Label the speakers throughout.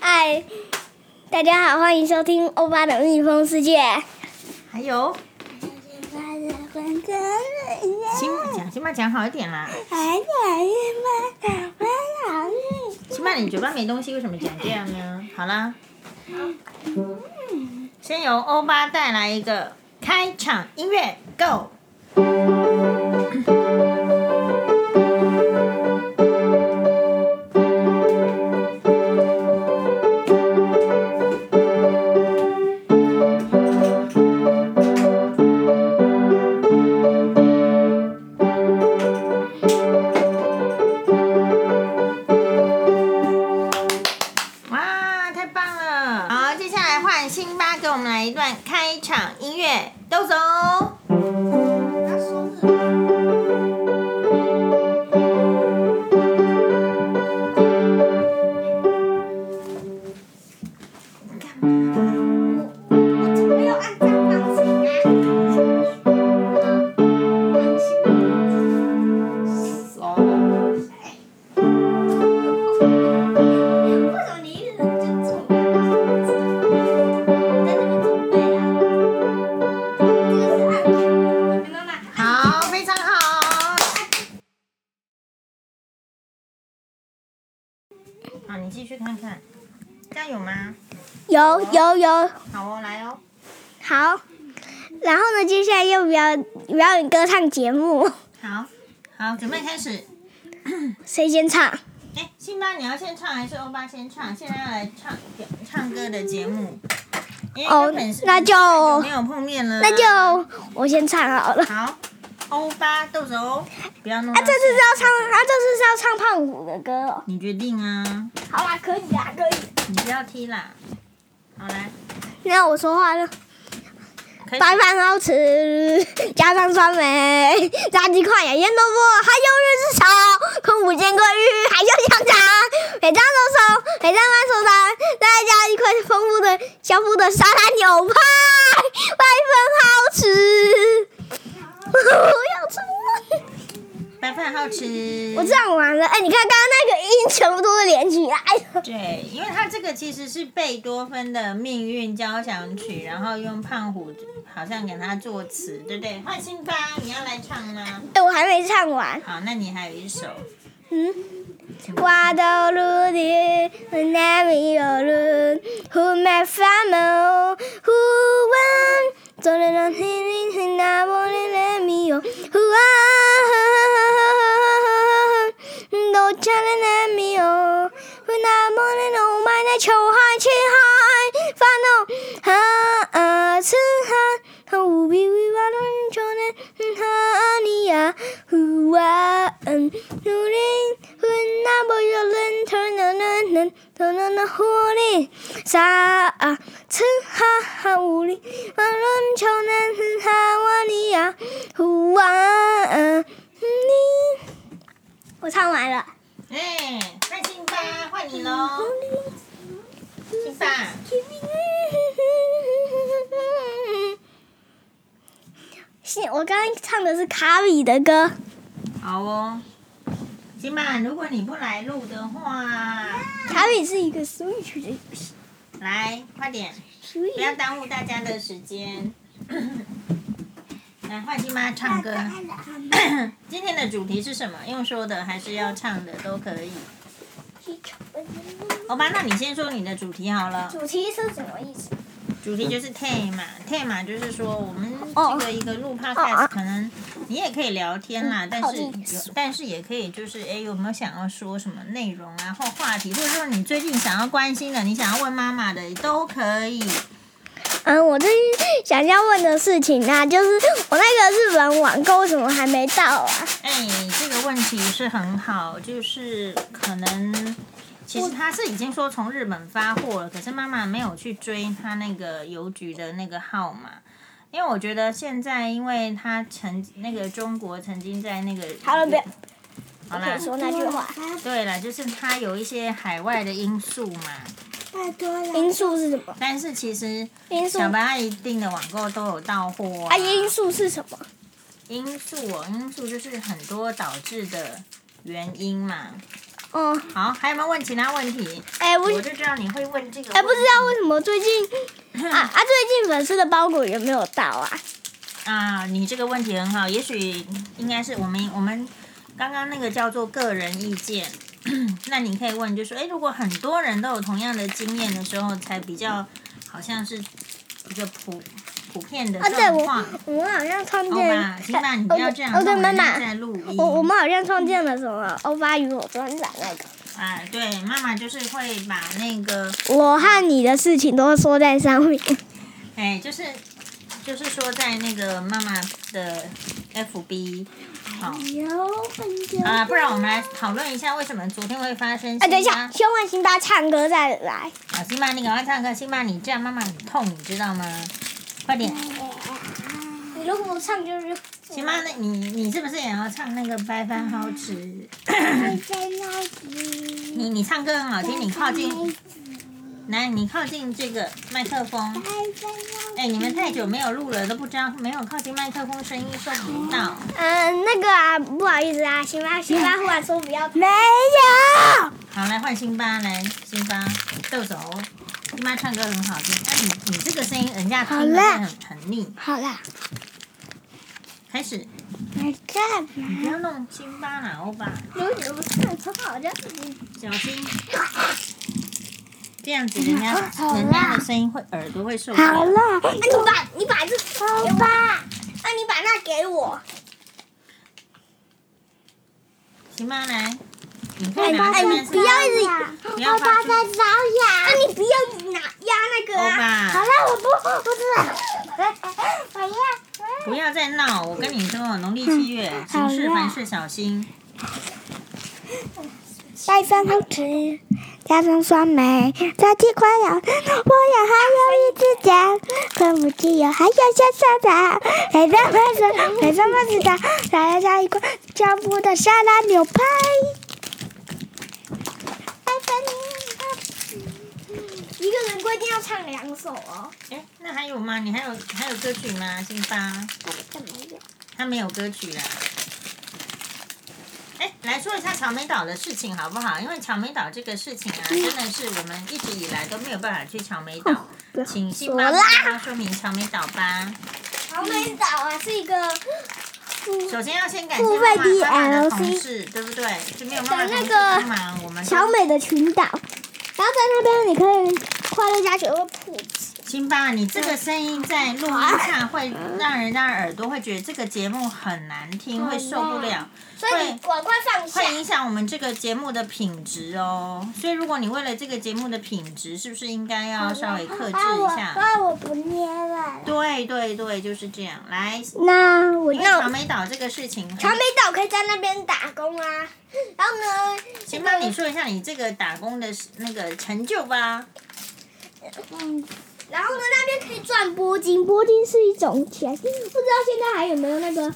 Speaker 1: 嗨，大家好，欢迎收听欧巴的蜜蜂世界。
Speaker 2: 还有，起码讲，起码讲好一点啦。起码你嘴巴没东西，为什么讲这样呢？好啦，先由欧巴带来一个开场音乐，Go。哇，太棒了！好，接下来换辛巴给我们来一段开场音乐，豆总。好，非常好。好，你继续看看，这样有吗？
Speaker 1: 有有有，
Speaker 2: 好哦，来哦。
Speaker 1: 好。然后呢，接下来要表表演歌唱节目，
Speaker 2: 好，好，准备开始。
Speaker 1: 谁先唱？
Speaker 2: 哎，辛巴，你要先唱还是欧巴先唱？现在要来唱唱歌的节目，哎因为
Speaker 1: 哦
Speaker 2: 根本是，
Speaker 1: 那就
Speaker 2: 没有碰面了啊。
Speaker 1: 那就我先唱好了。
Speaker 2: 好，欧巴豆手，不要弄
Speaker 1: 啊，
Speaker 2: 到
Speaker 1: 这次是要唱，啊，这次是要唱胖虎的歌哦。
Speaker 2: 你决定啊，
Speaker 1: 好啦，可以啦，可以。
Speaker 2: 你不要踢啦。好来，
Speaker 1: 那我说话呢？
Speaker 2: 开始
Speaker 1: 白饭好吃， 加上酸梅，炸鸡块呀，腌萝卜，还有日式炒，空腹煎鲑鱼，还有香肠， 每张都手，每张满手掌，再加一块丰富的、香富的沙拉牛排，白饭好吃。 我要吃 饭。
Speaker 2: 白饭好吃。
Speaker 1: 我唱完了，哎、你看刚刚那个音全部都是连起来的。
Speaker 2: 对，因为它这个其实是贝多芬的命运交响曲，然后用胖虎好像给他作词，对不对？换辛巴，你要来唱吗？
Speaker 1: 哎、我还没唱完。
Speaker 2: 好，那你还有一首，
Speaker 1: 嗯。我都路的，我那边有路，我没法门，我问，昨天的天灵天那我的那边有，我啊，都差的那边有，我那么的弄满的秋海气海，烦恼啊啊痴汉，他无比为我乱做的哈尼呀，呼啊嗯，努力。When I was your lantern, na na na na na na holy sa a chen ha ha uli a lon chao nan hen ha wa ni ya hu wa a ni。我唱完了。
Speaker 2: 哎、换辛巴，换你喽，辛巴，
Speaker 1: 是我刚刚唱的是卡比的歌。
Speaker 2: 好哦。辛巴，如果你不来录的话，
Speaker 1: 卡比是一个 Switch 的游戏。
Speaker 2: 来，快点。不要耽误大家的时间。 来，换新妈
Speaker 1: 啊
Speaker 2: 唱歌。 今天的主题是什么？用说的还是要唱的都可以。欧巴，那你先说你的主题好了。
Speaker 1: 主题是什么意思？
Speaker 2: 主题就是 tema，tema 就是说我们
Speaker 1: 哦
Speaker 2: 这个一个录
Speaker 1: 哦嗯
Speaker 2: podcast，可能你也可以聊天啦，但
Speaker 1: 靠
Speaker 2: 是
Speaker 1: 近
Speaker 2: 有但是也可以就是哎有没有想要说什么内容啊或话题，或者说你最近想要关心的，你想要问妈妈的都可以。
Speaker 1: 嗯，我最近想要问的事情啊，就是我那个日本网购为什么还没到啊？
Speaker 2: 哎，这个问题是很好，就是可能其实他是已经说从日本发货了，可是妈妈没有去追他那个邮局的那个号码，因为我觉得现在因为他曾那个中国曾经在那个
Speaker 1: 好了，不要不
Speaker 2: 好
Speaker 1: 可
Speaker 2: 啦
Speaker 1: 以，说那句话。
Speaker 2: 对了，就是他有一些海外的因素嘛，
Speaker 1: 因素是什么？
Speaker 2: 但是其实
Speaker 1: 因素
Speaker 2: 小白阿姨订的网购都有到货
Speaker 1: 啊，因素是什么？
Speaker 2: 因素哦，因素就是很多导致的原因嘛。
Speaker 1: 嗯，
Speaker 2: 好，还有没有问其他问题？
Speaker 1: 哎，我
Speaker 2: 我就知道你会问这个问题。
Speaker 1: 哎不知道为什么最 近啊啊最近粉丝的包裹有没有到啊？
Speaker 2: 啊，你这个问题很好，也许应该是我们我们刚刚那个叫做个人意见。那你可以问，就说，哎，如果很多人都有同样的经验的时候，才比较好像是一个普普遍的哦
Speaker 1: 啊，对
Speaker 2: 状
Speaker 1: 我
Speaker 2: 况。
Speaker 1: 我们好像创
Speaker 2: 欧巴，
Speaker 1: 建，
Speaker 2: 辛巴，你不要这样，
Speaker 1: 哦对，
Speaker 2: 我
Speaker 1: 妈
Speaker 2: 们
Speaker 1: 妈，
Speaker 2: 在录音。
Speaker 1: 我我们好像创建了什么欧巴与我专长那个。
Speaker 2: 哎，对，妈妈就是会把那个，
Speaker 1: 我和你的事情都说在上面。
Speaker 2: 哎，就是就是说，在那个妈妈的 FB，好、啊、不然我们来讨论一下为什么昨天会发生。
Speaker 1: 啊，等一
Speaker 2: 辛
Speaker 1: 下，
Speaker 2: 巴
Speaker 1: 先问辛巴唱歌再来。
Speaker 2: 啊，辛巴，你赶快唱歌，辛巴，你这样妈妈很痛，你知道吗？快点，
Speaker 1: 你如果不唱就是。
Speaker 2: 辛
Speaker 1: 嗯
Speaker 2: 巴，那你你是不是也要唱那个《白饭好吃》 你你唱歌很好
Speaker 1: 哎
Speaker 2: 听，你靠近，来，你靠近这个麦克风。哎，你们太久没有录了，都不知道没有靠近麦克风，声音收不到。
Speaker 1: 嗯，那个啊，不好意思啊，辛巴，辛
Speaker 2: 嗯
Speaker 1: 巴忽然说不要。没有。
Speaker 2: 好，来换辛巴，来辛巴豆手，辛巴唱歌很好听。那、你你这个声音，人家听了
Speaker 1: 好
Speaker 2: 会
Speaker 1: 了
Speaker 2: 很很腻。
Speaker 1: 好啦，
Speaker 2: 开始，
Speaker 1: 来干
Speaker 2: 你不
Speaker 1: 嘛？
Speaker 2: 要弄辛巴啦，欧巴，
Speaker 1: 刘姐，我唱超好的。
Speaker 2: 小心，这样子人家人家的声音会耳朵会受不
Speaker 1: 好
Speaker 2: 了。
Speaker 1: 了，那、你把你把这给我，那、你把那给我。
Speaker 2: 辛巴来，你
Speaker 1: 哎
Speaker 2: 看哪个
Speaker 1: 你
Speaker 2: 男
Speaker 1: 不要一直，
Speaker 2: 不要发出
Speaker 1: 找痒。那、你不要拿压那个
Speaker 2: 欧
Speaker 1: 啊。
Speaker 2: 巴
Speaker 1: 好了，我不我不知道。我要。
Speaker 2: 不要再闹！我跟你说，农历七月，行
Speaker 1: 好
Speaker 2: 事
Speaker 1: 了
Speaker 2: 凡事小心。
Speaker 1: 带上汤匙，加上酸梅，炸鸡块呀，我也还有一只脚，可母鸡有还有小小的，每张盘子，每张盘子的，再来加一块胶布的沙拉牛排。一个人规定要唱两首哦，
Speaker 2: 哎，那还有吗？你还有还有歌曲吗？辛巴，他没有歌曲啦。哎，来说一下草莓岛的事情好不好？因为草莓岛这个事情啊，
Speaker 1: 嗯
Speaker 2: 真的是我们一直以来都没有办法去草莓 岛。请辛巴
Speaker 1: 说啦
Speaker 2: 跟大家说明草莓岛吧。
Speaker 1: 草莓岛啊是一个
Speaker 2: 首先要先感谢
Speaker 1: 付
Speaker 2: 妈
Speaker 1: 费
Speaker 2: 妈妈妈
Speaker 1: DLC
Speaker 2: 的同事，对不对？就没有妈妈同
Speaker 1: 的那
Speaker 2: 事
Speaker 1: 个
Speaker 2: 帮忙，我们
Speaker 1: 小美的群岛，然后在那边你可以快乐家学会谱
Speaker 2: 辛巴，你这个声音在录音上会
Speaker 1: 嗯
Speaker 2: 让人家耳朵会觉得这个节目很难听，会受不了。
Speaker 1: 所以你赶快放下
Speaker 2: 会。影响我们这个节目的品质哦。所以，如果你为了这个节目的品质，是不是应该要稍微克制一下？
Speaker 1: 啊，我不捏了。
Speaker 2: 对对对，就是这样。来，
Speaker 1: 那我
Speaker 2: 因为草莓岛这个事情，
Speaker 1: 长美岛可以在那边打工啊。然后呢，
Speaker 2: 先帮你说一下你这个打工的那个成就吧。
Speaker 1: 嗯，然后呢，那边可以赚铂金，铂金是一种钱，不知道现在还有没有那个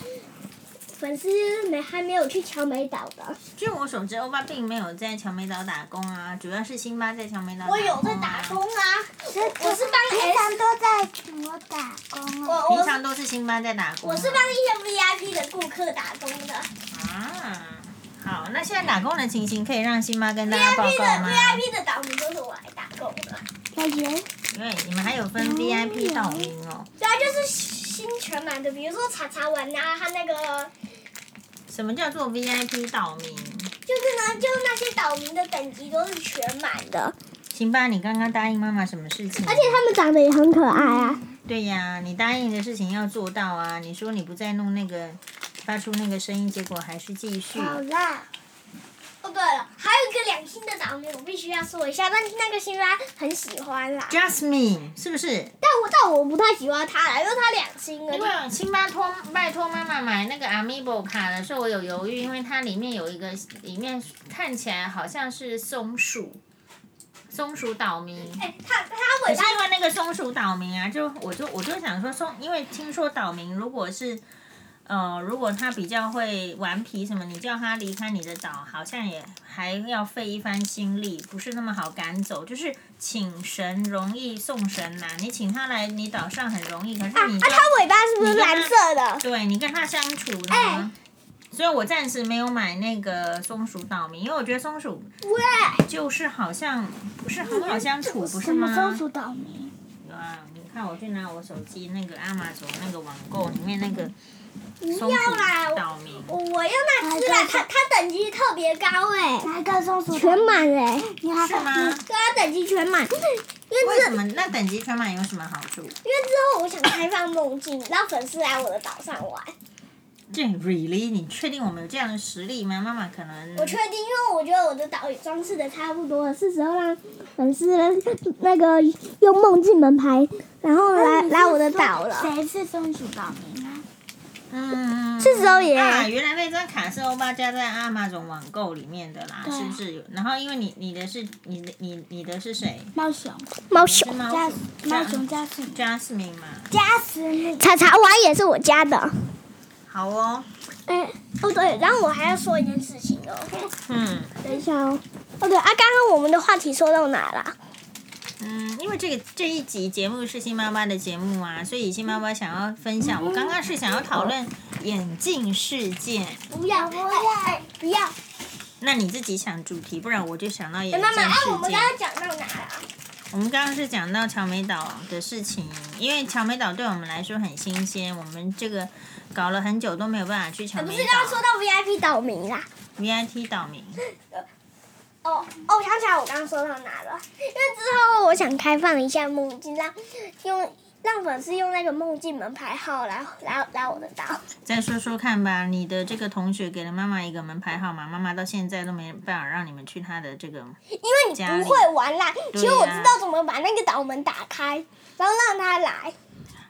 Speaker 1: 粉丝没还没有去乔美岛的。
Speaker 2: 据我所知，欧巴并没有在乔美岛打工啊，主要是辛巴在乔美岛、
Speaker 1: 我有在打工。啊，我是帮
Speaker 3: 平
Speaker 1: S，
Speaker 3: 常都在我打工哦。
Speaker 1: 我
Speaker 2: 嗯平
Speaker 1: 我
Speaker 2: 常都是辛巴在打工。
Speaker 1: 我是帮一些 VIP 的顾客打工的
Speaker 2: 啊，好，那现在打工的情形可以让辛巴跟大家报
Speaker 1: ，VIP 的
Speaker 2: 告吗？
Speaker 1: VIP 的岛民都是我来打工的。
Speaker 3: 那人
Speaker 2: 因为你们还有分 VIP 岛民哦。
Speaker 1: 主要就是新全满的，比如说茶茶丸啊，他那个
Speaker 2: 什么叫做 VIP 岛民？
Speaker 1: 就是呢，就是那些岛民的等级都是全满的，
Speaker 2: 辛巴，你刚刚答应妈妈什么事情？
Speaker 1: 而且他们长得也很可爱啊。
Speaker 3: 嗯
Speaker 2: 对呀，你答应的事情要做到啊！你说你不再弄那个发出那个声音，结果还是继续。
Speaker 3: 好啦，
Speaker 1: 哦，对了，还有一个两星的岛民，我必须要说一下，但那个辛巴很喜欢啦，
Speaker 2: Jasmine 是不是？
Speaker 1: 但我但我不太喜欢他啦，因为他两星
Speaker 2: 因
Speaker 1: 了。
Speaker 2: 为辛巴托拜托妈妈买那个 Amiibo 卡的时候，我有犹豫，因为它里面有一个，里面看起来好像是松鼠，松鼠岛民。
Speaker 1: 哎，他他
Speaker 2: 可
Speaker 1: 尾
Speaker 2: 是
Speaker 1: 巴
Speaker 2: 因为那个松鼠岛民啊，就我就我就想说松，因为听说岛民如果是，呃，如果他比较会顽皮什么，你叫他离开你的岛，好像也还要费一番心力，不是那么好赶走。就是请神容易送神难，你请他来你岛上很容易，可
Speaker 1: 啊
Speaker 2: 是你
Speaker 1: 啊，
Speaker 2: 就、嗯
Speaker 1: 它尾巴是不是蓝色的？
Speaker 2: 对你跟他相处呢，
Speaker 1: 哎
Speaker 2: 所以我暂时没有买那个松鼠岛民，因为我觉得松鼠
Speaker 4: 喂，
Speaker 2: 就是好像不是很好相处，不是
Speaker 4: 什么
Speaker 2: 吗？
Speaker 4: 松鼠岛民？
Speaker 2: 有啊，你看我去拿我手机那个阿玛总那个网购里面那个松
Speaker 1: 要
Speaker 2: 鼠
Speaker 1: 啦我
Speaker 2: 岛民，
Speaker 1: 我我要那只啦，它它等级特别高哎、
Speaker 4: 哪一个松鼠岛民？
Speaker 5: 哎全满欸嘞、
Speaker 4: 你还
Speaker 2: 是吗？
Speaker 1: 对啊，等级全满，因为
Speaker 2: 为
Speaker 1: 之
Speaker 2: 什么那等级全满有什么好处？
Speaker 1: 因为之后我想开放梦境，让粉丝来我的岛上玩。
Speaker 2: 这 really 你确定我们有这样的实力吗？妈妈可能
Speaker 1: 我确定，因为我觉得我的岛也装饰的差不多了，是
Speaker 5: 是时候让粉丝那个用梦境门牌，然后来来我的岛了。
Speaker 4: 谁是松鼠岛民啊？
Speaker 2: 嗯，
Speaker 5: 是时候也
Speaker 2: 啊，原来那张卡是欧巴加在阿玛总网购里面的啦，
Speaker 4: 对啊
Speaker 2: 是不是有？然后因为你你的是你的你你的是谁？
Speaker 4: 猫熊
Speaker 5: 猫
Speaker 2: 是
Speaker 5: 熊
Speaker 2: 猫
Speaker 4: 加
Speaker 2: 鼠
Speaker 4: 猫熊加什么？
Speaker 2: 加斯明嘛？
Speaker 4: 加死你！
Speaker 5: 查查丸也是我家的，
Speaker 2: 好哦，
Speaker 1: 哎、哦对，然后我还要说一件事情哦。
Speaker 2: 嗯
Speaker 5: 等一下哦。
Speaker 1: 哦对啊，刚刚我们的话题说到哪啦？
Speaker 2: 嗯，因为这个这一集节目是新妈妈的节目啊，所以新妈妈想要分享，我刚刚是想要讨论眼镜事件，
Speaker 1: 不要不要、哎不要！
Speaker 2: 那你自己想主题，不然我就想到眼
Speaker 1: 哎妈妈，
Speaker 2: 镜
Speaker 1: 哎、我
Speaker 2: 事
Speaker 1: 们
Speaker 2: 件
Speaker 1: 刚。刚讲到哪啦？
Speaker 2: 我们刚刚是讲到乔美岛的事情，因为乔美岛对我们来说很新鲜，我们这个搞了很久都没有办法去乔
Speaker 1: 哎不
Speaker 2: 美
Speaker 1: 是刚刚说
Speaker 2: 岛。
Speaker 1: 到 VIP 岛民啦？
Speaker 2: VIP 岛民，
Speaker 1: 哦哦，我想起来我刚刚说到哪了？因为之后我想开放一下梦境，让用让粉丝用那个梦境门牌号来来来我的岛。
Speaker 2: 再说说看吧，你的这个同学给了妈妈一个门牌号码，妈妈到现在都没办法让你们去她的这个。
Speaker 1: 因为你不会玩啦。
Speaker 5: 啊
Speaker 1: 其
Speaker 2: 里
Speaker 1: 实我知道怎么把那个岛门打开，然后让他来。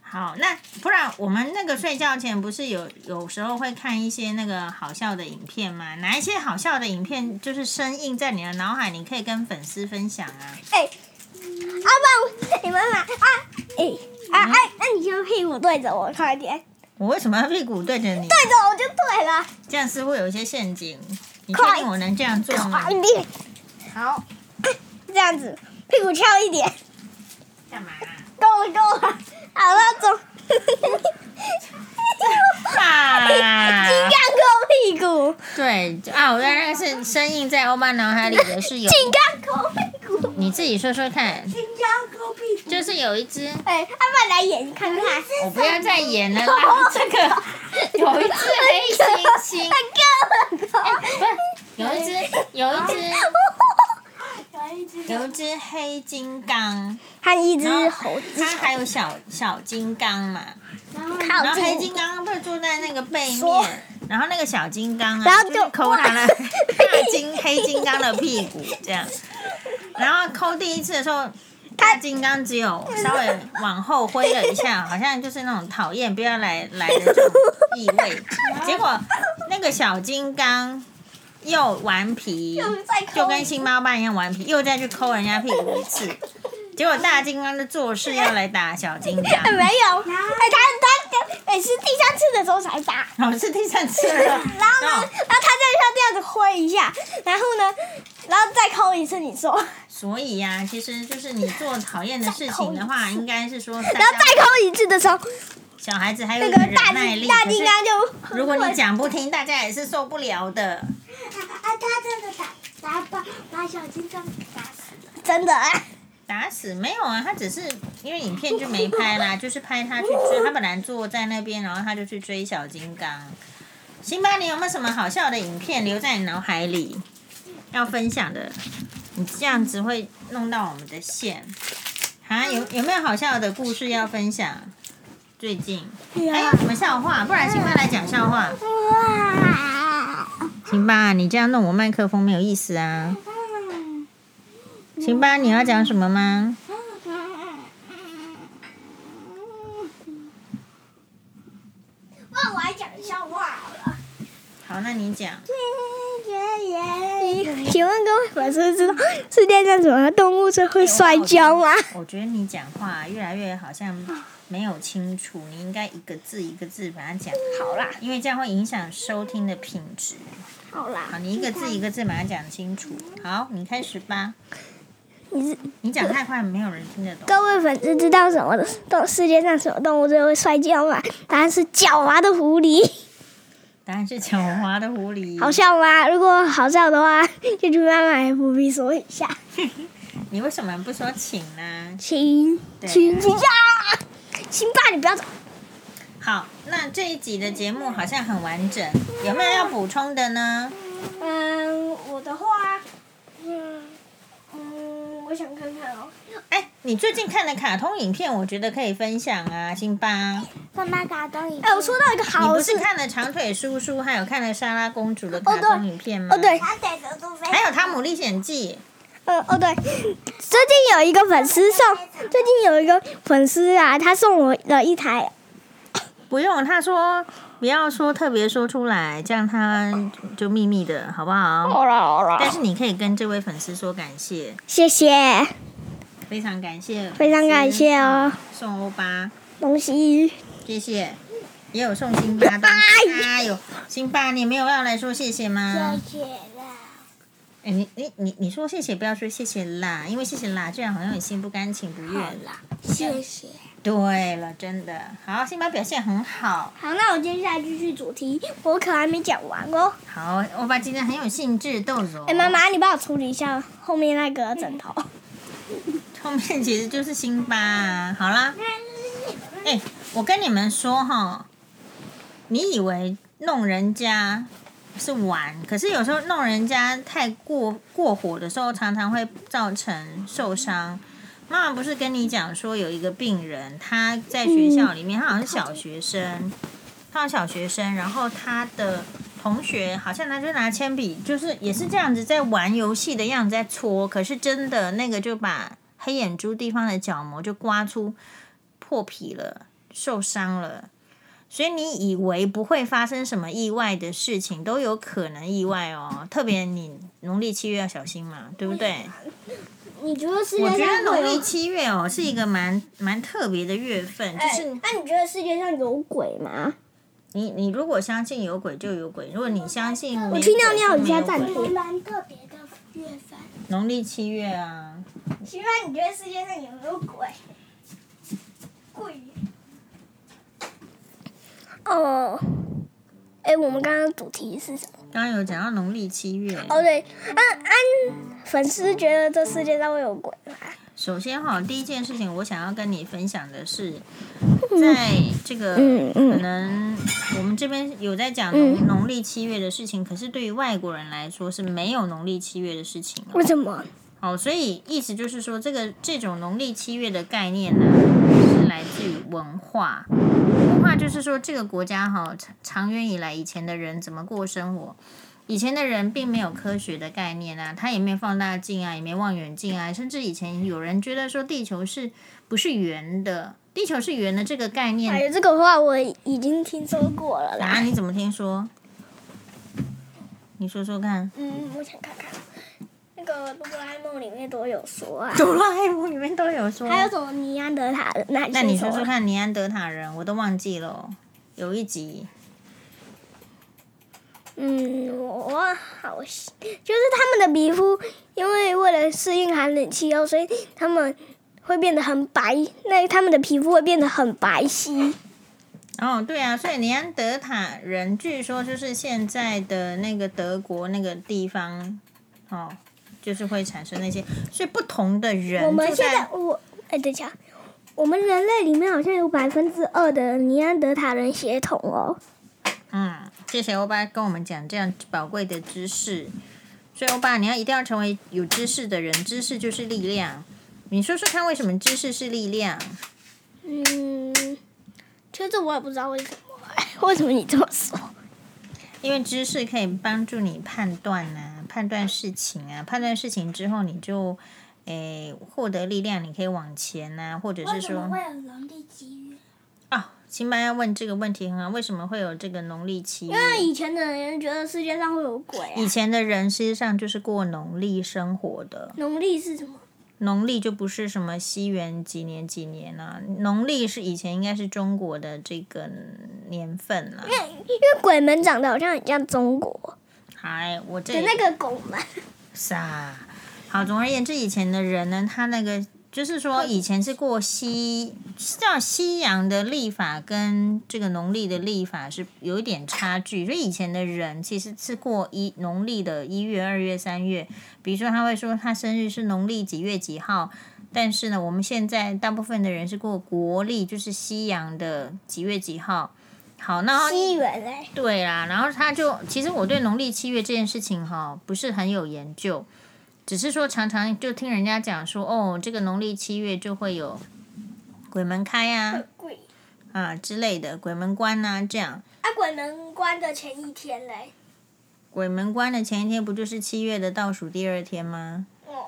Speaker 2: 好，那不然我们那个睡觉前不是有有时候会看一些那个好笑的影片吗？哪一些好笑的影片就是深印在你的脑海，你可以跟粉丝分享啊。
Speaker 1: 啊不，你们来啊！哎、啊哎，那、你就屁股对着我，快点，
Speaker 2: 我为什么要屁股对着
Speaker 1: 对
Speaker 2: 你？
Speaker 1: 着我就对了，
Speaker 2: 这样似乎有一些陷阱。你确
Speaker 1: 快
Speaker 2: 定我能这样做吗
Speaker 1: 快？点，
Speaker 2: 好，
Speaker 1: 这样子，屁股翘一点，
Speaker 2: 干嘛、
Speaker 1: 够了够了，好了，走。
Speaker 2: 啊？
Speaker 1: 你干抠屁股，
Speaker 2: 对啊，我原来是深印在欧巴脑海里的是有，
Speaker 1: 你干抠屁股，
Speaker 2: 你自己说说看，
Speaker 4: 新疆狗屁股
Speaker 2: 就是有一只，
Speaker 1: 哎、阿爸来演看看，
Speaker 2: 我不要再演了啦，这个有一只黑猩猩，
Speaker 1: 干了
Speaker 2: 哎不是，有一只，有一只，
Speaker 4: 有一只
Speaker 2: 有一只黑金刚，
Speaker 1: 和一只
Speaker 2: 然后
Speaker 1: 猴子
Speaker 2: 它还有小小金刚嘛，
Speaker 4: 然后
Speaker 1: 靠
Speaker 2: 然后黑
Speaker 1: 近，
Speaker 2: 金刚不是坐在那个背
Speaker 1: 说
Speaker 2: 面，然后那个小金刚啊，
Speaker 1: 然后
Speaker 2: 就
Speaker 1: 就是
Speaker 2: 抠他了大金黑金刚的屁股这样，然后抠第一次的时候。大金刚只有稍微往后挥了一下，好像就是那种讨厌不要来来的这种意味。结果那个小金刚又顽皮，
Speaker 1: 再抠
Speaker 2: 就跟新猫爸一样顽皮，又再去抠人家屁股一次。结果大金刚就做事要来打小金刚，
Speaker 1: 哎，没有，哎、他他哎、是第三次的时候才打，
Speaker 2: 老师第三次了。
Speaker 1: 然后呢，然后他再像这样子挥一下，然后呢，然后再抠一次，你说，
Speaker 2: 所以呀、其实就是你做讨厌的事情的话，应该是说大
Speaker 1: 然后
Speaker 2: 家
Speaker 1: 再抠一次的时候，
Speaker 2: 小孩子还
Speaker 1: 那
Speaker 2: 有一
Speaker 1: 个
Speaker 2: 点
Speaker 1: 大
Speaker 2: 忍耐力。
Speaker 1: 金大金刚就
Speaker 2: 可是如果你讲不听，大家也是受不了的。
Speaker 4: 啊，他真的打打把把小金刚打死，
Speaker 1: 真的、 啊，
Speaker 2: 打死没有啊？他只是因为影片就没拍啦，就是拍他去追他本来坐在那边，然后他就去追小金刚。辛巴，你有没有什么好笑的影片留在你脑海里要分享的？你这样子会弄到我们的线啊！有有没有好笑的故事要分享？最近
Speaker 1: 啊
Speaker 2: 还有什么笑话？不然辛巴来讲笑话。
Speaker 4: 哇！
Speaker 2: 辛巴，你这样弄我麦克风没有意思啊！辛巴，你要讲什么吗？
Speaker 1: 那我还讲笑话好了。
Speaker 2: 好，那你讲。
Speaker 5: 请问各位粉丝知道世界上什么动物最会摔跤吗？
Speaker 2: 我觉得你讲话越来越好像没有清楚，你应该一个字一个字把它讲好啦，因为这样会影响收听的品质。
Speaker 1: 好啦，
Speaker 2: 好，你一个字一个字把它讲清楚。好，你开始吧。
Speaker 5: 你是
Speaker 2: 你讲太快，没有人听得懂。
Speaker 5: 各位粉丝知道什么动世界上什么动物最会摔跤吗？答案是狡猾的狐狸。
Speaker 2: 答案是狡猾的狐狸。
Speaker 1: 好笑吗？如果好笑的话，就去妈妈 FB 搜一下。
Speaker 2: 你为什么不说请呢？
Speaker 1: 请
Speaker 2: 对
Speaker 1: 请请假，辛巴你不要走，
Speaker 2: 好，那这一集的节目好像很完整，有没有要补充的呢？
Speaker 4: 嗯，我的话，嗯嗯，我想看看哦。
Speaker 2: 哎，你最近看的卡通影片，我觉得可以分享啊，辛巴。
Speaker 3: 干嘛嘎东一？
Speaker 1: 哎、我说到一个
Speaker 2: 你
Speaker 1: 好
Speaker 2: 不
Speaker 1: 事
Speaker 2: 是，看了长腿叔叔，还有看了莎拉公主的卡通影片吗？
Speaker 1: 哦对，
Speaker 3: 他逮着杜飞，
Speaker 2: 还有《汤姆历险记
Speaker 1: 呃哦对，最近有一个粉丝送，最近有一个粉丝啊，他送我了一台，》，
Speaker 2: 不用他说不要说特别说出来，这样他就秘密的好不好？
Speaker 1: 好了好了
Speaker 2: 但是你可以跟这位粉丝说感谢，
Speaker 1: 谢谢，
Speaker 2: 非常感谢，
Speaker 1: 非常感谢哦，
Speaker 2: 送欧巴，
Speaker 1: 东西，
Speaker 2: 谢谢，也有送辛 巴的。哎呦，辛巴，你没有要来说谢谢吗？
Speaker 3: 谢谢
Speaker 1: 嗯
Speaker 3: 啦。
Speaker 2: 哎，你你你你说谢谢，不要说谢谢啦，因为谢谢啦，这样好像很心不甘情不愿。
Speaker 3: 谢谢。
Speaker 2: 对了，真的好，辛巴表现很好。
Speaker 1: 好，那我接下来继续主题，我可还没讲完哦。
Speaker 4: 啊
Speaker 2: 好，欧巴今天很有兴致，豆豆。
Speaker 1: 哎、妈，妈，你帮我处理一下后面那个枕头。
Speaker 2: 后面其实就是辛巴、啊。好啦，哎、我跟你们说哈，你以为弄人家是玩，可是有时候弄人家太过过火的时候，常常会造成受伤。妈妈不是跟你讲说有一个病人，他在学校里面，他好像小学生，他好像小学生，然后他的同学好像他就拿铅笔，就是也是这样子在玩游戏的样子在搓，可是真的那个就把黑眼珠地方的角膜就刮出破皮了，受伤了。所以你以为不会发生什么意外的事情，都有可能意外哦。特别你农历七月要小心嘛，对不对？
Speaker 4: 你觉得世
Speaker 2: 我
Speaker 4: 界
Speaker 2: 觉
Speaker 4: 上
Speaker 2: 得
Speaker 4: 会
Speaker 2: 农
Speaker 4: 有
Speaker 2: 历七月哦是一个蛮蛮特别的月份，就
Speaker 4: 哎
Speaker 2: 是
Speaker 4: 那、你觉得世界上有鬼吗？
Speaker 2: 你你如果相信有鬼就有鬼，如果你相信我
Speaker 1: 去尿尿你现在站着
Speaker 3: 我蛮特别的月份，
Speaker 2: 农历七月啊，
Speaker 4: 希望你觉得世界上有没有鬼？鬼？
Speaker 1: 哦，哎、我们刚刚主题是什么？
Speaker 2: 刚刚有讲到农历七月。
Speaker 1: 哦，对，安安粉丝觉得这世界上会有鬼吗？
Speaker 2: 首先哈，第一件事情我想要跟你分享的是，在这个
Speaker 1: 嗯嗯
Speaker 2: 可能我们这边有在讲农农历七月的事情，可是对于外国人来说是没有农历七月的事情哦。
Speaker 1: 为什么？
Speaker 2: 好，所以意思就是说，这个这种农历七月的概念呢，是来自于文化。文化就是说，这个国家哈，长长远以来，以前的人怎么过生活？以前的人并没有科学的概念啊，他也没有放大镜啊，也没望远镜啊，甚至以前有人觉得说地球是不是圆的？地球是圆的这个概
Speaker 1: 哎
Speaker 2: 念
Speaker 1: 呀，这个话我已经听说过了
Speaker 2: 啊，
Speaker 1: 啦。
Speaker 2: 你怎么听说？你说说看，
Speaker 1: 嗯，我想看看那个哆啦 A 梦里面都有说啊，
Speaker 2: 《哆啦 A 梦》里面都有说
Speaker 1: 还有什么尼安德塔人那些啊
Speaker 2: 那你说
Speaker 1: 什
Speaker 2: 说
Speaker 1: 么
Speaker 2: 看，尼安德塔人，我都忘记了哦，有一集
Speaker 1: 嗯，我好喜，就是他们的皮肤，因为为了适应寒冷气候，所以他们会变得很白，那他们的皮肤会变得很白 皙。
Speaker 2: 哦，对啊，所以尼安德塔人据说就是现在的那个德国那个地方，哦，就是会产生那些，所以不同的人
Speaker 1: 我们
Speaker 2: 就
Speaker 1: 现在，我哎，等一下，我们人类里面好像有百分之二的尼安德塔人血统哦。
Speaker 2: 嗯，谢谢欧巴跟我们讲这样宝贵的知识。所以欧巴，你要一定要成为有知识的人，知识就是力量。你说说看，为什么知识是力量？
Speaker 1: 嗯，其实这我也不知道为什么，为什么你这么说？
Speaker 2: 因为知识可以帮助你判断啊，判断事情啊，判断事情之后你就，诶，获得力量，你可以往前啊，或者是
Speaker 3: 为什么
Speaker 2: 说
Speaker 3: 会，有农历七月？
Speaker 2: 啊，辛巴要问这个问题很啊好，为什么会有这个农历七月？
Speaker 1: 那以前的人觉得世界上会有鬼啊
Speaker 2: 以，前的人实际上就是过农历生活的，
Speaker 1: 农历是什么？
Speaker 2: 农历就不是什么西元几年几年啊，农历是以前应该是中国的这个年份啦、啊。
Speaker 1: 因为鬼门长得好像很像中国
Speaker 2: 嗨，哎我这
Speaker 1: 的
Speaker 2: 里
Speaker 1: 那个拱门。
Speaker 2: 啊傻。好，总而言之，以前的人呢，他那个就是说以前是过西，是叫西洋的历法跟这个农历的历法是有一点差距，所以以前的人其实是过一农历的一月、二月、三月，比如说他会说他生日是农历几月几号。但是呢，我们现在大部分的人是过国历，就是西洋的几月几号。好，那
Speaker 4: 西元嘞，
Speaker 2: 对啦，然后他就其实我对农历七月这件事情哈不是很有研究，只是说常常就听人家讲说，哦，这个农历七月就会有鬼门开呀
Speaker 1: 嗯
Speaker 4: 鬼
Speaker 2: 啊之类的，鬼门关呐、这样。
Speaker 4: 啊，鬼门关的前一天嘞，
Speaker 2: 鬼门关的前一天不就是七月的倒数第二天吗？
Speaker 4: 哦，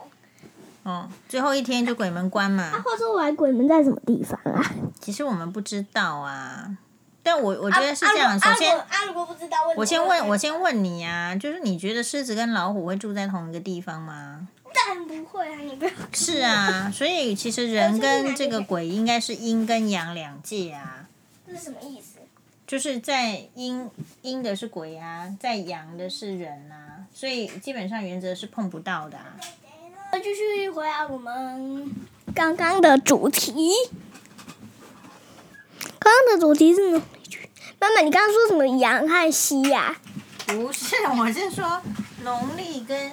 Speaker 2: 哦，最后一天就鬼门关嘛。
Speaker 1: 话啊说来，鬼门在什么地方啊？
Speaker 2: 其实我们不知道啊，但我我
Speaker 4: 啊
Speaker 2: 觉得是这样。首先，
Speaker 4: 啊，如果不知道，
Speaker 2: 我先问我先问你啊，就是你觉得狮子跟老虎会住在同一个地方吗？
Speaker 4: 但不会啊，你不要
Speaker 2: 是啊，所以其实人跟这个鬼应该是阴跟阳两界啊，
Speaker 4: 这是什么意思？
Speaker 2: 就是在阴阴的是鬼啊，在阳的是人啊，所以基本上原则是碰不到的、啊。
Speaker 4: 那继续回来我们
Speaker 1: 刚刚的主题，刚刚的主题是哪里去妈妈，你刚刚说什么羊和西啊呀、
Speaker 2: 不是，我是说农历跟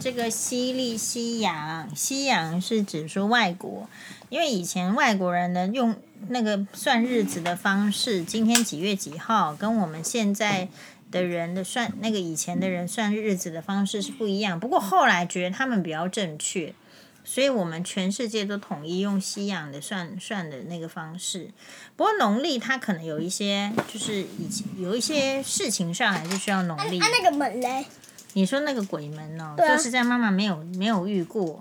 Speaker 2: 这个西历西洋，西洋是指说外国，因为以前外国人呢用那个算日子的方式，今天几月几号，跟我们现在的人的算那个以前的人算日子的方式是不一样。不过后来觉得他们比较正确，所以我们全世界都统一用西洋的算算的那个方式。不过农历它可能有一些，就是以前有一些事情上还是需要农历。
Speaker 4: 啊那个门嘞，
Speaker 2: 你说那个鬼门哦，
Speaker 4: 对啊
Speaker 2: 说实在，妈妈没有没有遇过，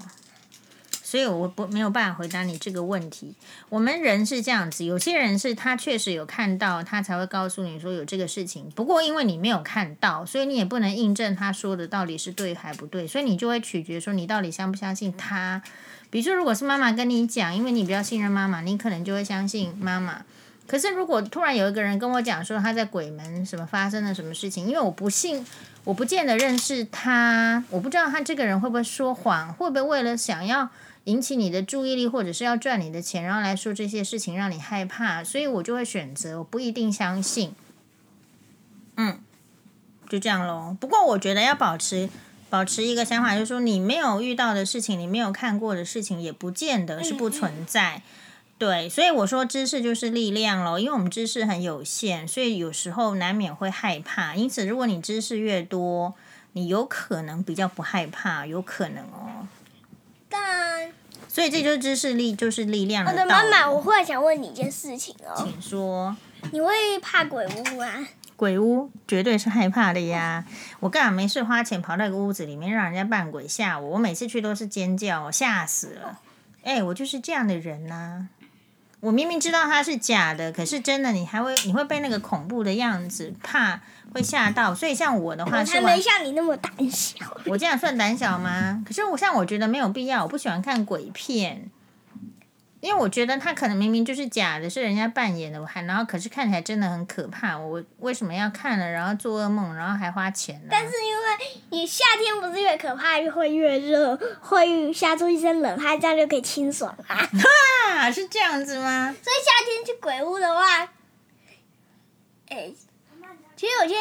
Speaker 2: 所以我不没有办法回答你这个问题。我们人是这样子，有些人是他确实有看到，他才会告诉你说有这个事情。不过因为你没有看到，所以你也不能印证他说的到底是对还不对，所以你就会取决说你到底相不相信他。比如说，如果是妈妈跟你讲，因为你比较信任妈妈，你可能就会相信妈妈。可是如果突然有一个人跟我讲说他在鬼门什么发生了什么事情，因为我不信，我不见得认识他，我不知道他这个人会不会说谎，会不会为了想要引起你的注意力，或者是要赚你的钱，然后来说这些事情让你害怕，所以我就会选择我不一定相信。嗯，就这样咯。不过我觉得要保持。保持一个想法，就是说你没有遇到的事情，你没有看过的事情，也不见得是不存在。对，所以我说知识就是力量咯，因为我们知识很有限，所以有时候难免会害怕。因此，如果你知识越多，你有可能比较不害怕，有可能哦。啊
Speaker 4: 但
Speaker 2: 所以这就是知识力，就是力量
Speaker 4: 我
Speaker 2: 的
Speaker 4: 的
Speaker 2: 道
Speaker 4: 啊嗯妈
Speaker 2: 理
Speaker 4: 妈，我忽然想问你一件事情哦，
Speaker 2: 请说，
Speaker 4: 你会怕鬼屋吗？
Speaker 2: 鬼屋绝对是害怕的呀！我干嘛没事花钱跑到一个屋子里面让人家扮鬼吓我？我每次去都是尖叫，我吓死了。哎，我就是这样的人呐、我明明知道它是假的，可是真的你还会你会被那个恐怖的样子怕会吓到，所以像我的话
Speaker 4: 我
Speaker 2: 是
Speaker 4: 才
Speaker 2: 完
Speaker 4: 没像你那么胆小。
Speaker 2: 我这样算胆小吗？可是我像我觉得没有必要，我不喜欢看鬼片，因为我觉得他可能明明就是假的，是人家扮演的，我还然后可是看起来真的很可怕，我为什么要看了，然后做噩梦，然后还花钱呢？
Speaker 4: 但是因为你夏天不是越可怕越会越热，会吓出一身冷汗，这样就可以清爽啊。所
Speaker 2: 啊，是这样子吗？
Speaker 4: 以夏天去鬼屋的话，哎，其实有些，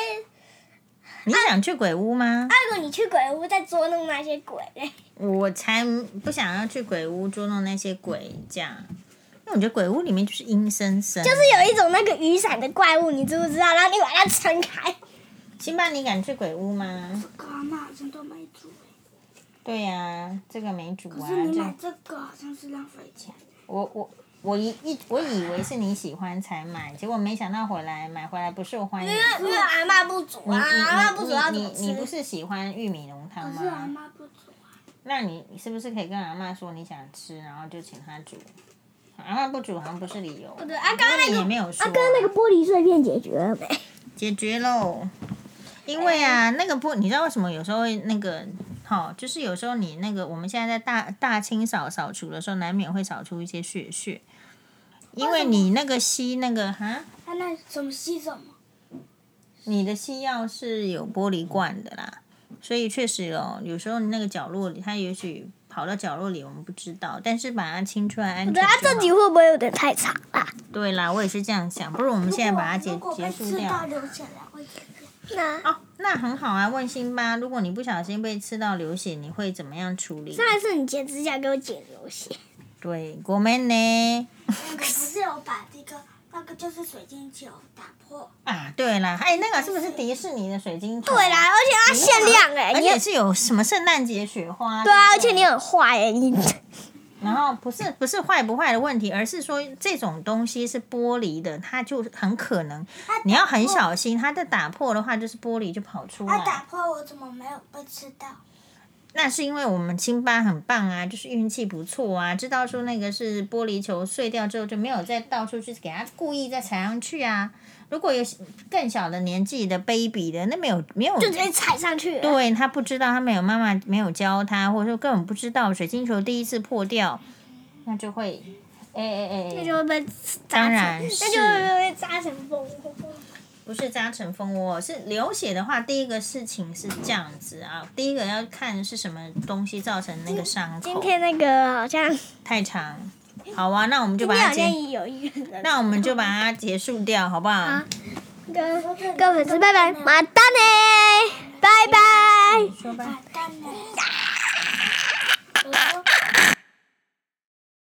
Speaker 2: 你想去鬼屋吗？
Speaker 4: 啊如果你去鬼屋再捉弄那些鬼嘞，
Speaker 2: 我才不想要去鬼屋捉弄那些鬼这样，因为我觉得鬼屋里面就是阴森森。就
Speaker 4: 就是有一种那个雨伞的怪物，你知不知道？然后你把它撑开，
Speaker 2: 辛巴，你敢去鬼屋吗？
Speaker 3: 这个阿妈好像都没煮，欸
Speaker 2: 对呀、这个没主啊，
Speaker 3: 可是你
Speaker 2: 这
Speaker 3: 买这个好像是浪费钱。
Speaker 2: 我我我一一我以为是你喜欢才买，结果没想到回来买回来不受欢迎。
Speaker 4: 因为阿妈不煮
Speaker 2: 你
Speaker 4: 啊，阿妈不
Speaker 2: 你
Speaker 4: 煮要怎
Speaker 2: 你
Speaker 4: 么
Speaker 2: 你你不
Speaker 4: 吃？
Speaker 2: 是喜欢玉米浓汤
Speaker 3: 可是阿
Speaker 2: 吗？
Speaker 3: 妈不煮啊，
Speaker 2: 那你你是不是可以跟阿妈说你想吃，然后就请她煮？阿妈不煮好像不是理由。
Speaker 3: 哦
Speaker 4: 对啊，刚刚那
Speaker 2: 你也
Speaker 4: 个
Speaker 2: 没有说、啊。
Speaker 1: 刚刚那个玻璃碎片解决了没？
Speaker 2: 解决喽。因为
Speaker 3: 哎
Speaker 2: 啊，那个不，你知道为什么有时候会那个，好、就是有时候你那个，我们现在在大大清扫扫除的时候，难免会扫出一些血血，因为你那个吸那个哈，
Speaker 3: 他那什么吸什么？
Speaker 2: 你的吸药是有玻璃罐的啦，所以确实哦，有时候你那个角落里，它也许跑到角落里，我们不知道，但是把它清出来安
Speaker 1: 我
Speaker 2: 全
Speaker 1: 觉
Speaker 2: 就
Speaker 1: 得
Speaker 2: 好。
Speaker 1: 他这集会不会有点太长啊啦？
Speaker 2: 对啦，我也是这样想，不如我们现在把它结
Speaker 3: 如果
Speaker 2: 结
Speaker 3: 被
Speaker 2: 束
Speaker 3: 吃
Speaker 2: 掉
Speaker 3: 到。流血了，会怎样？
Speaker 1: 那
Speaker 2: 哦，那很好啊，问辛巴，如果你不小心被刺到流血，你会怎么样处理？
Speaker 1: 上一次你剪指甲给我剪流血，
Speaker 2: 对，国门呢？
Speaker 3: 那个不是有把这个那个就是水晶球打破，
Speaker 2: 啊，对啦，哎，那个是不是迪士尼的水晶球？
Speaker 1: 对啦，，而且它限量哎、
Speaker 2: 而
Speaker 1: 你
Speaker 2: 且是有什么圣诞节雪花？
Speaker 1: 对啊，而
Speaker 2: 不对
Speaker 1: 且你很坏哎、你
Speaker 2: 然后不是不是坏不坏的问题，而是说这种东西是玻璃的，它就很可能
Speaker 3: 它打破
Speaker 2: 你要很小心，它的打破的话就是玻璃就跑出
Speaker 3: 它打
Speaker 2: 来。
Speaker 3: 破我怎么没有被吃到？
Speaker 2: 那是因为我们辛巴很棒啊，就是运气不错啊，知道说那个是玻璃球碎掉之后就没有再到处去给它故意再踩上去啊。如果有更小的年纪的 baby 的，那没有没有
Speaker 1: 就直接踩上去了。
Speaker 2: 对他不知道，他没有妈妈没有教他，或者说根本不知道水晶球第一次破掉，那就会，哎哎
Speaker 1: 那
Speaker 2: 哎
Speaker 1: 就
Speaker 2: 哎，
Speaker 1: 会被
Speaker 2: 当
Speaker 1: 扎
Speaker 2: 然
Speaker 1: 成，嗯
Speaker 2: 是
Speaker 1: 那就会被扎成蜂窝。
Speaker 2: 不是扎成蜂窝，是流血的话，第一个事情是这样子啊，第一个要看是什么东西造成那个伤口，
Speaker 1: 今天那个好像，
Speaker 2: 太长，好啊，那我们就
Speaker 1: 今
Speaker 2: 把
Speaker 1: 天
Speaker 2: 它
Speaker 1: 好像
Speaker 2: 结，
Speaker 1: 也有一个人。
Speaker 2: 那我们就把它结束掉，好不好？
Speaker 1: 啊跟跟粉丝拜拜，马丹欸呢，拜拜。
Speaker 2: 你说吧。
Speaker 3: 完蛋了！我说